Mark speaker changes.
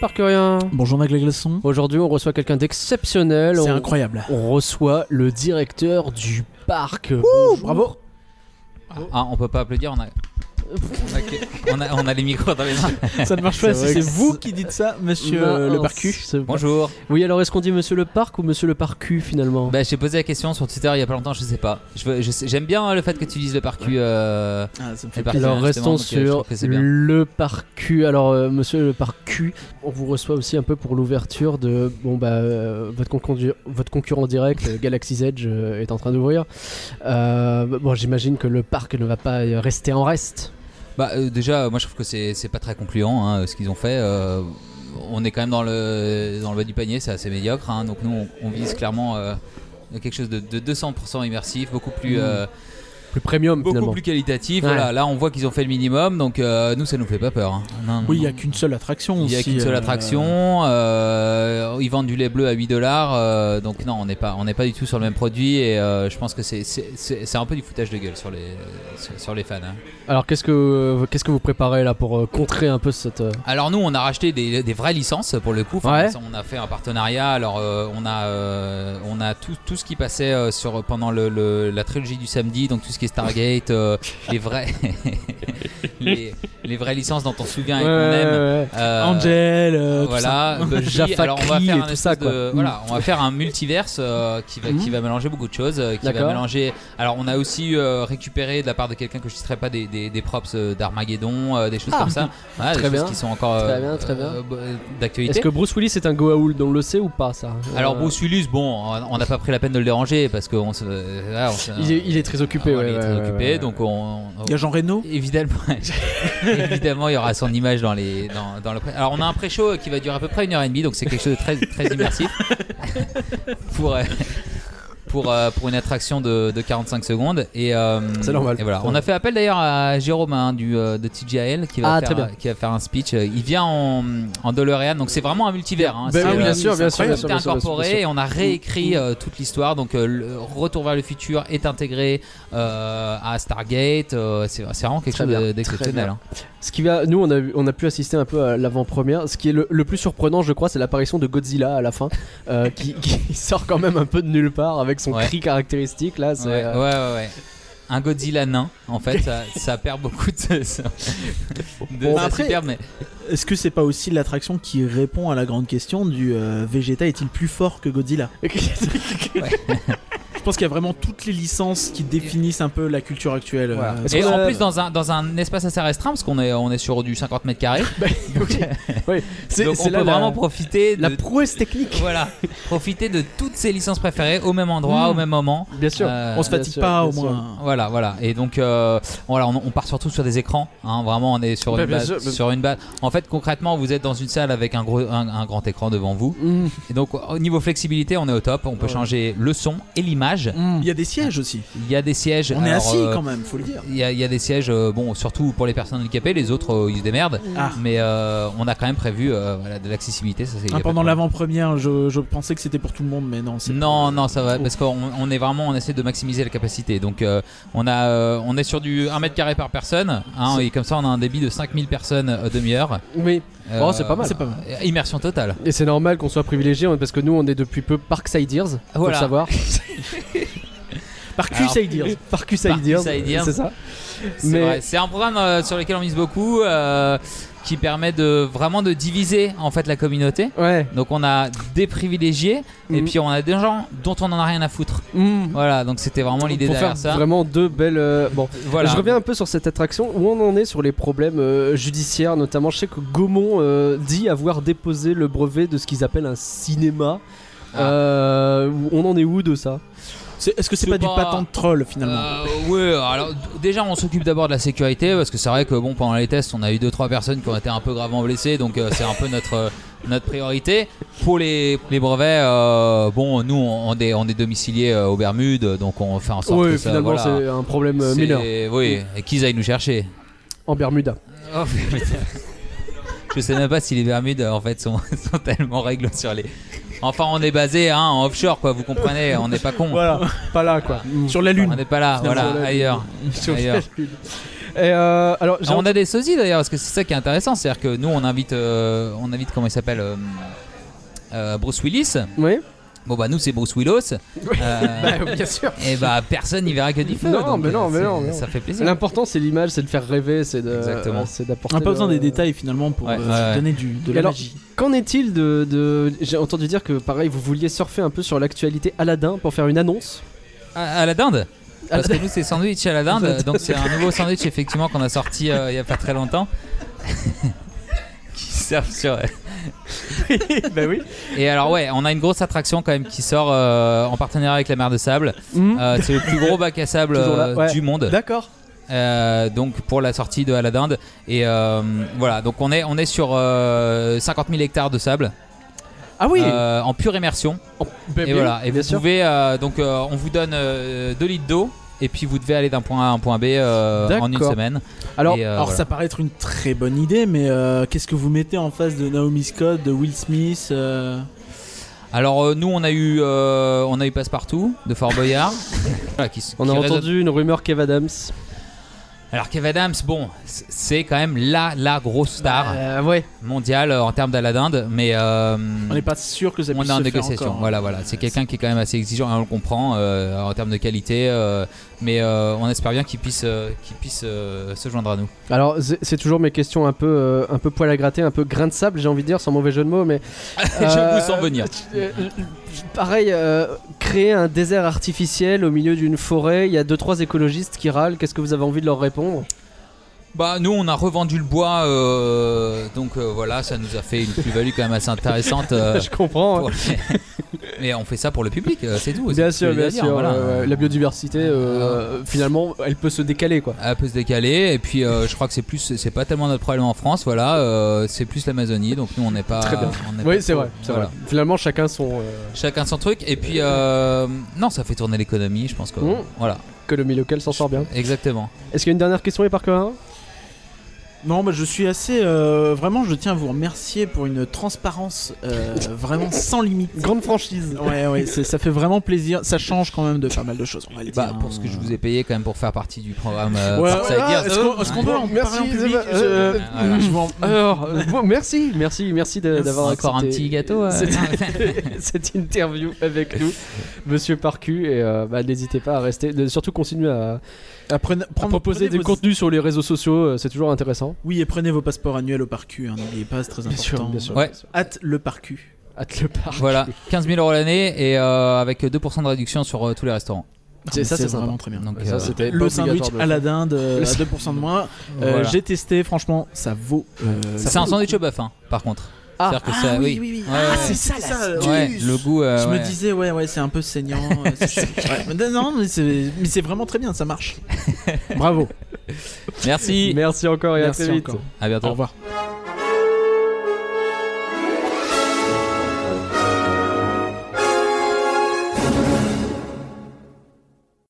Speaker 1: Parkerien.
Speaker 2: Bonjour Mag les glaçons.
Speaker 1: Aujourd'hui, on reçoit quelqu'un d'exceptionnel.
Speaker 2: C'est
Speaker 1: On-
Speaker 2: incroyable.
Speaker 1: On reçoit le directeur du parc.
Speaker 2: bravo.
Speaker 3: Ah, on peut pas applaudir, on a... Ok, on a, on a les micros dans les mains.
Speaker 2: Ça ne marche
Speaker 1: C'est
Speaker 2: pas si
Speaker 1: vrai
Speaker 2: c'est
Speaker 1: que
Speaker 2: vous
Speaker 1: c'est-
Speaker 2: qui dites ça, monsieur euh, le parcu.
Speaker 3: Bonjour.
Speaker 1: Oui, alors est-ce qu'on dit monsieur le parc ou monsieur le parcu finalement
Speaker 3: Bah, j'ai posé la question sur Twitter il y a pas longtemps, je sais pas. Je veux- je sais- J'aime bien euh, le fait que tu dises le parcu. Euh...
Speaker 2: Ah, ça me
Speaker 3: les
Speaker 2: fait
Speaker 3: parcs,
Speaker 1: Alors restons
Speaker 3: justement, donc, euh, je
Speaker 1: sur
Speaker 3: trouve que c'est bien.
Speaker 1: le parcu. Alors euh, monsieur le parcu, on vous reçoit aussi un peu pour l'ouverture de bon bah euh, votre, concu- votre concurrent direct euh, Galaxy's Edge euh, est en train d'ouvrir. Euh, bon, j'imagine que le parc ne va pas euh, rester en reste.
Speaker 3: Bah, euh, déjà, euh, moi je trouve que c'est c'est pas très concluant hein, ce qu'ils ont fait. euh, on est quand même dans le, dans le bas du panier, c'est assez médiocre. hein, donc nous, on, on vise clairement euh, quelque chose de, de 200% immersif, beaucoup plus. euh,
Speaker 1: Plus premium
Speaker 3: Beaucoup
Speaker 1: finalement.
Speaker 3: plus qualitatif,
Speaker 1: Ouais.
Speaker 3: voilà. Là, on voit qu'ils ont fait le minimum, donc euh, nous, ça nous fait pas peur. hein. Non, non,
Speaker 2: Oui, il n'y
Speaker 3: non.
Speaker 2: a qu'une seule attraction
Speaker 3: Il n'y a
Speaker 2: aussi,
Speaker 3: qu'une seule
Speaker 2: euh,
Speaker 3: attraction. euh, ils vendent du lait bleu à 8 dollars. euh, donc non, on n'est pas, on n'est pas du tout sur le même produit. Et euh, je pense que c'est- c'est c'est- c'est un peu du foutage de gueule sur les, sur, sur les fans. hein.
Speaker 1: Alors qu'est-ce que euh, qu'est-ce que vous préparez là pour euh, contrer un peu cette euh,
Speaker 3: Alors nous, on a racheté des, des vraies licences pour le coup.
Speaker 1: Ouais.
Speaker 3: On a fait un partenariat. Alors euh, on a, euh, on a tout, tout ce qui passait euh, sur pendant le, le- la trilogie du samedi, donc tout ce qui est Stargate, euh, les vrais, les, les vraies licences dont on se souvient et qu'on aime. Euh,
Speaker 2: Angel, euh, tout ça.
Speaker 3: voilà, Bungie.
Speaker 1: Jaffa
Speaker 3: alors on va
Speaker 1: Cree
Speaker 3: faire
Speaker 1: et
Speaker 3: un
Speaker 1: tout
Speaker 3: espèce
Speaker 1: ça, quoi.
Speaker 3: de-
Speaker 1: Mm.
Speaker 3: voilà, on va faire un multiverse euh, qui va qui va mélanger beaucoup de choses, euh, qui va
Speaker 1: D'accord.
Speaker 3: mélanger. Alors on a aussi euh, récupéré de la part de quelqu'un que je citerai pas des, des, des props euh, d'Armageddon, euh, des choses
Speaker 1: Ah.
Speaker 3: comme ça. Voilà,
Speaker 1: Très
Speaker 3: des choses
Speaker 1: bien.
Speaker 3: qui sont encore euh,
Speaker 1: Très bien, très bien.
Speaker 3: euh, euh,
Speaker 1: Est-ce
Speaker 3: d'actualité.
Speaker 1: que Bruce Willis est un Goa'uld On le sait ou pas ça
Speaker 3: Alors
Speaker 1: Euh,
Speaker 3: Bruce Willis, bon, on n'a pas pris la peine de le déranger parce qu'on se, euh, voilà, on se-
Speaker 1: il est, il est très occupé.
Speaker 3: on
Speaker 1: ouais,
Speaker 3: euh, est très
Speaker 1: ouais, ouais,
Speaker 3: occupé,
Speaker 1: ouais, ouais.
Speaker 3: donc on, on-
Speaker 2: Il y a Jean Reno.
Speaker 3: Évidemment, évidemment, il y aura son image dans les, dans, dans le. pré- Alors, on a un pré-show qui va durer à peu près une heure et demie, donc c'est quelque chose de très, très immersif pour euh, pour euh, pour une attraction de, de 45 secondes. Et euh,
Speaker 1: C'est normal.
Speaker 3: Et voilà, on a fait appel d'ailleurs à Jérôme hein, du euh, de TGIL qui va
Speaker 1: Ah, très
Speaker 3: faire
Speaker 1: bien.
Speaker 3: qui va faire un speech. Il vient en en DeLorean, donc c'est vraiment un multivers. Hein.
Speaker 1: Ben
Speaker 3: C'est,
Speaker 1: oui,
Speaker 3: euh,
Speaker 1: bien sûr, bien sûr,
Speaker 3: tout
Speaker 1: bien
Speaker 3: est
Speaker 1: sûr, bien sûr, bien sûr, bien
Speaker 3: incorporé
Speaker 1: sûr.
Speaker 3: et on a réécrit
Speaker 1: Mm.
Speaker 3: euh, toute l'histoire. Donc, euh, le Retour vers le futur est intégré euh, à Stargate. euh, c'est c'est vraiment quelque
Speaker 1: Très
Speaker 3: chose
Speaker 1: bien,
Speaker 3: de- d'exceptionnel. hein.
Speaker 1: Ce qui va, nous on a, on a pu assister un peu à l'avant-première. Ce qui est le, le plus surprenant, je crois, c'est l'apparition de Godzilla à la fin, euh, qui, qui sort quand même un peu de nulle part avec son
Speaker 3: Ouais.
Speaker 1: cri caractéristique là.
Speaker 3: Ouais,
Speaker 1: c'est,
Speaker 3: ouais,
Speaker 1: euh,
Speaker 3: ouais, ouais. Un Godzilla nain, en fait, ça, ça perd beaucoup de, ça- de
Speaker 2: Bon,
Speaker 3: sa
Speaker 2: après-
Speaker 3: superbe, mais
Speaker 2: Est-ce que c'est pas aussi l'attraction qui répond à la grande question du euh, Vegeta est-il plus fort que Godzilla
Speaker 1: euh,
Speaker 2: Je pense qu'il y a vraiment toutes les licences qui définissent un peu la culture actuelle.
Speaker 3: voilà.
Speaker 2: euh,
Speaker 3: Et
Speaker 1: qu'on
Speaker 3: en
Speaker 1: a-
Speaker 3: plus, dans un, dans un espace assez restreint, parce qu'on est, on est sur du 50 mètres carrés,
Speaker 1: c'est
Speaker 3: donc
Speaker 1: c'est
Speaker 3: on peut
Speaker 1: là la-
Speaker 3: vraiment profiter de,
Speaker 1: la prouesse technique.
Speaker 3: voilà, profiter de toutes ses licences préférées au même endroit, au même moment.
Speaker 1: Mm. Bien sûr.
Speaker 3: Euh,
Speaker 2: on se
Speaker 1: bien
Speaker 2: fatigue
Speaker 1: sûr,
Speaker 2: pas au
Speaker 1: bien
Speaker 2: moins.
Speaker 3: Voilà, voilà. Et donc, euh, voilà, on, on part surtout sur des écrans. hein. vraiment, on est sur
Speaker 1: Bah,
Speaker 3: une
Speaker 1: bien
Speaker 3: base.
Speaker 1: sûr, bah-
Speaker 3: sur une base. En fait, concrètement, vous êtes dans une salle avec un gros, un, un grand écran devant vous.
Speaker 1: Mmh.
Speaker 3: Et donc, au niveau flexibilité, on est au top. On peut
Speaker 1: Ouais.
Speaker 3: changer le son et l'image.
Speaker 2: Il y a des sièges aussi.
Speaker 3: Il y a des sièges.
Speaker 2: On est
Speaker 3: alors,
Speaker 2: assis
Speaker 3: euh,
Speaker 2: quand même, faut le dire.
Speaker 3: il y, a, il y a des sièges, euh, bon, surtout pour les personnes handicapées, les autres euh, ils se démerdent.
Speaker 2: Ah.
Speaker 3: Mais euh, on a quand même prévu euh, voilà, de l'accessibilité. ça, c'est- il y
Speaker 2: Ah,
Speaker 3: a pas de
Speaker 2: pendant
Speaker 3: problème.
Speaker 2: l'avant-première, je, je pensais que c'était pour tout le monde, mais non. c'est
Speaker 3: Non,
Speaker 2: pour-
Speaker 3: non, ça va,
Speaker 2: Oh.
Speaker 3: parce qu'on on est vraiment, on essaie de maximiser la capacité. Donc, euh, on, a, euh, on est sur du 1 mètre carré par personne, hein, et comme ça, on a un débit de 5000 personnes euh, demi-heure.
Speaker 1: Oui. Oh, c'est pas mal.
Speaker 2: C'est pas mal.
Speaker 3: euh, Immersion totale.
Speaker 1: Et c'est normal qu'on soit privilégié on- parce que nous on est depuis peu Parksiders, faut
Speaker 3: Ah, Voilà.
Speaker 1: le savoir.
Speaker 2: Par
Speaker 3: Alors-
Speaker 2: Q-Siders.
Speaker 1: Parksiders,
Speaker 3: Parksiders.
Speaker 1: c'est ça.
Speaker 3: C'est
Speaker 1: Mais-
Speaker 3: vrai. C'est un programme euh, sur lequel on mise beaucoup, euh, qui permet de vraiment de diviser en fait la communauté.
Speaker 1: Ouais.
Speaker 3: Donc, on a des privilégiés, et
Speaker 1: Mhm.
Speaker 3: puis on a des gens dont on en a rien à foutre.
Speaker 1: Mmh.
Speaker 3: Voilà, donc c'était vraiment l'idée
Speaker 1: Pour
Speaker 3: derrière
Speaker 1: faire
Speaker 3: ça.
Speaker 1: vraiment deux belles. euh, Bon.
Speaker 3: Voilà.
Speaker 1: Je reviens un peu sur cette attraction où on en est sur les problèmes euh, judiciaires, notamment je sais que Gaumont euh, dit avoir déposé le brevet de ce qu'ils appellent un cinéma.
Speaker 3: Ah.
Speaker 1: Euh, on en est où de ça
Speaker 2: C'est- Est-ce que c'est
Speaker 3: C'est
Speaker 2: pas, du
Speaker 3: pas-
Speaker 2: patent de troll finalement
Speaker 3: Euh, ouais, alors d- déjà on s'occupe d'abord de la sécurité parce que c'est vrai que bon pendant les tests on a eu deux trois personnes qui ont été un peu gravement blessées donc euh, c'est un peu notre euh, notre priorité. Pour les, les brevets, euh, bon nous on on est on est domicilié euh, aux Bermudes donc on fait en sorte que
Speaker 1: Oui,
Speaker 3: ça,
Speaker 1: finalement
Speaker 3: voilà,
Speaker 1: c'est un problème euh,
Speaker 3: c'est-
Speaker 1: mineur
Speaker 3: Oui, et qu'ils aillent nous chercher.
Speaker 1: en Bermuda.
Speaker 3: Oh, putain. Je sais même pas si les Bermudes euh, en fait sont, sont tellement règles sur les. Enfin on est basé hein, en offshore quoi, vous comprenez, on n'est pas con.
Speaker 2: Voilà,
Speaker 1: Pas là quoi.
Speaker 2: sur la
Speaker 3: On
Speaker 2: lune.
Speaker 3: n'est pas là,
Speaker 2: Finalement,
Speaker 3: voilà,
Speaker 1: voilà.
Speaker 3: ailleurs.
Speaker 1: Sur
Speaker 3: Ailleurs.
Speaker 4: Et euh, alors, j'ai
Speaker 3: Alors, on a des sosies d'ailleurs, parce que c'est ça qui est intéressant, c'est-à-dire que nous on invite, euh, on invite comment il s'appelle euh, euh, Bruce Willis.
Speaker 1: Oui.
Speaker 3: Bon bah nous c'est Bruce Willis. Euh,
Speaker 1: bien sûr.
Speaker 3: et bah personne n'y verra que du feu.
Speaker 1: Non,
Speaker 3: donc,
Speaker 1: mais non,
Speaker 3: euh,
Speaker 1: mais
Speaker 3: c'est-
Speaker 1: non, mais non.
Speaker 3: Ça fait plaisir.
Speaker 1: L'important c'est l'image, c'est de faire rêver, c'est de, euh,
Speaker 3: Exactement.
Speaker 1: c'est d'apporter.
Speaker 2: On n'a pas
Speaker 1: le-
Speaker 2: besoin des détails finalement pour
Speaker 3: Ouais,
Speaker 2: euh,
Speaker 3: ouais, ouais.
Speaker 2: donner du, de la
Speaker 1: alors-
Speaker 2: magie.
Speaker 1: Qu'en est-il de, de- J'ai entendu dire que pareil, vous vouliez surfer un peu sur l'actualité Aladdin pour faire une annonce.
Speaker 3: À, à la dinde. Parce
Speaker 1: À la-
Speaker 3: que nous c'est sandwich à la dinde, donc c'est un nouveau sandwich effectivement qu'on a sorti euh, il y a pas très longtemps. qui servent sur euh,
Speaker 1: bah oui.
Speaker 3: Et alors ouais, on a une grosse attraction quand même qui sort euh, en partenariat avec la mer de sable. Euh, c'est le plus gros bac à sable
Speaker 1: Toujours là,
Speaker 3: euh,
Speaker 1: ouais.
Speaker 3: du monde.
Speaker 2: Ah, D'accord.
Speaker 3: Euh, donc pour la sortie de Aladdin et euh, voilà donc on est on est sur euh, 50 000 hectares de sable
Speaker 1: Ah oui.
Speaker 3: euh, en pure immersion
Speaker 2: Bah,
Speaker 3: et voilà et
Speaker 1: bien
Speaker 3: vous
Speaker 1: sûr.
Speaker 3: pouvez euh, donc euh, on vous donne 2 litres d'eau et puis vous devez aller d'un point A à un point B euh, en une
Speaker 1: D'accord.
Speaker 3: semaine
Speaker 1: Alors,
Speaker 3: Et, euh,
Speaker 2: Alors
Speaker 3: voilà.
Speaker 2: ça paraît être une très bonne idée, mais euh, qu'est-ce que vous mettez en face de Naomi Scott, de Will Smith euh,
Speaker 3: alors euh, nous on a eu euh, on a eu Passepartout de Fort Boyard Voilà, qui,
Speaker 1: On a
Speaker 3: qui résonne-
Speaker 1: entendu une rumeur Kev Adams.
Speaker 3: alors Kev Adams bon c- c'est quand même la la grosse star
Speaker 1: Euh, ouais.
Speaker 3: mondiale euh, en termes d'Aladdin mais euh,
Speaker 2: On n'est pas sûr que ça
Speaker 3: on
Speaker 2: puisse
Speaker 3: est en
Speaker 2: se faire
Speaker 3: négociation.
Speaker 1: hein.
Speaker 2: encore. hein.
Speaker 3: Voilà, voilà. C'est quelqu'un qui est quand même assez exigeant, hein, on le comprend, euh, en termes de qualité. euh, mais euh, on espère bien qu'il puisse, euh, qu'il puisse euh, se joindre à nous.
Speaker 1: Alors c'est c'est toujours mes questions un peu euh, un peu poil à gratter, un peu grain de sable, j'ai envie de dire sans mauvais jeu de mots, mais
Speaker 3: Je vous sens venir.
Speaker 1: Euh, Pareil, euh, créer un désert artificiel au milieu d'une forêt, il y a deux trois écologistes qui râlent. Qu'est-ce que vous avez envie de leur répondre
Speaker 3: Bah, nous, on a revendu le bois, euh, donc euh, voilà, ça nous a fait une plus-value quand même assez intéressante. euh,
Speaker 1: Je comprends.
Speaker 3: pour- mais on fait ça pour le public, euh, c'est tout.
Speaker 1: Bien
Speaker 3: c'est ce
Speaker 1: sûr,
Speaker 3: que je
Speaker 1: bien
Speaker 3: veux dire,
Speaker 1: sûr.
Speaker 3: voilà.
Speaker 1: euh, la biodiversité, euh, finalement, elle peut se décaler quoi.
Speaker 3: Elle peut se décaler et puis euh, je crois que c'est plus c'est pas tellement notre problème en France voilà euh, c'est plus l'Amazonie donc nous on n'est pas
Speaker 1: Très bien.
Speaker 3: on n'est
Speaker 1: Oui,
Speaker 3: pas
Speaker 1: c'est
Speaker 3: trop-
Speaker 1: vrai, c'est
Speaker 3: voilà.
Speaker 1: vrai. Finalement, chacun son euh,
Speaker 3: Chacun son truc. Et puis, euh, non, ça fait tourner l'économie, je pense que.
Speaker 1: Mmh.
Speaker 3: Voilà,
Speaker 1: économie locale s'en sort bien.
Speaker 3: exactement.
Speaker 1: Est-ce qu'il y a une dernière question, et par
Speaker 2: Non, bah, je suis assez. euh, vraiment, je tiens à vous remercier pour une transparence euh, vraiment sans limite.
Speaker 1: Grande franchise.
Speaker 2: Ouais, ouais, c'est- ça fait vraiment plaisir. Ça change quand même de pas mal de choses, on va le
Speaker 3: Bah,
Speaker 2: dire.
Speaker 3: pour ce que je vous ai payé quand même pour faire partie du programme. euh,
Speaker 2: Ouais,
Speaker 3: Force
Speaker 2: ouais,
Speaker 3: Ideas.
Speaker 2: est-ce qu'on- est-ce qu'on peut en
Speaker 1: Merci,
Speaker 2: parler en public
Speaker 1: Zéba-
Speaker 2: Je-
Speaker 1: euh,
Speaker 3: voilà.
Speaker 2: je m'en-
Speaker 1: Alors, euh, bon, merci, merci, merci de- d'avoir
Speaker 3: Encore un
Speaker 1: accepté
Speaker 3: petit gâteau. euh.
Speaker 1: cette, cette interview avec nous, Monsieur Parcu, et euh, bah, n'hésitez pas à rester, de- surtout continuer à,
Speaker 2: Ah, prenez-
Speaker 1: à
Speaker 2: prendre-
Speaker 1: proposer
Speaker 2: prenez
Speaker 1: des
Speaker 2: vos-
Speaker 1: contenus sur les réseaux sociaux, euh, c'est toujours intéressant.
Speaker 2: Oui, et prenez vos passeports annuels au parcu, hein, n'oubliez pas, c'est très important.
Speaker 3: Ouais.
Speaker 2: Hâte le parcu.
Speaker 1: Hâte le parc.
Speaker 3: Voilà, 15 000 euros l'année et euh, avec 2% de réduction sur euh, tous les restaurants.
Speaker 1: C'est- ça,
Speaker 2: Ah, mais
Speaker 1: c'est
Speaker 2: vraiment très bien.
Speaker 3: Donc,
Speaker 1: Ouais, ça,
Speaker 3: euh,
Speaker 1: c'était pas
Speaker 2: Le sandwich
Speaker 1: obligatoire de
Speaker 2: à
Speaker 1: le
Speaker 2: la dinde euh,
Speaker 1: Le
Speaker 2: à 2% de moins. Euh,
Speaker 3: voilà.
Speaker 2: J'ai testé, franchement, ça vaut. euh,
Speaker 3: C'est un sandwich au bœuf, hein, par contre.
Speaker 1: Ah.
Speaker 3: C'est-à-dire que ça- oui. Ouais,
Speaker 2: Ah,
Speaker 3: ouais.
Speaker 2: c'est ça, la
Speaker 3: Ouais,
Speaker 2: astuce.
Speaker 3: le goût. euh,
Speaker 2: Je
Speaker 3: ouais.
Speaker 2: me disais, ouais, ouais, c'est un peu saignant. euh, c'est- ouais. Non, Non, mais c'est mais c'est vraiment très bien, ça marche.
Speaker 1: faire. Bravo.
Speaker 3: Merci.
Speaker 1: Merci encore et à
Speaker 2: Merci
Speaker 1: très vite.
Speaker 2: encore.
Speaker 3: À bientôt.
Speaker 2: Au revoir.
Speaker 1: Au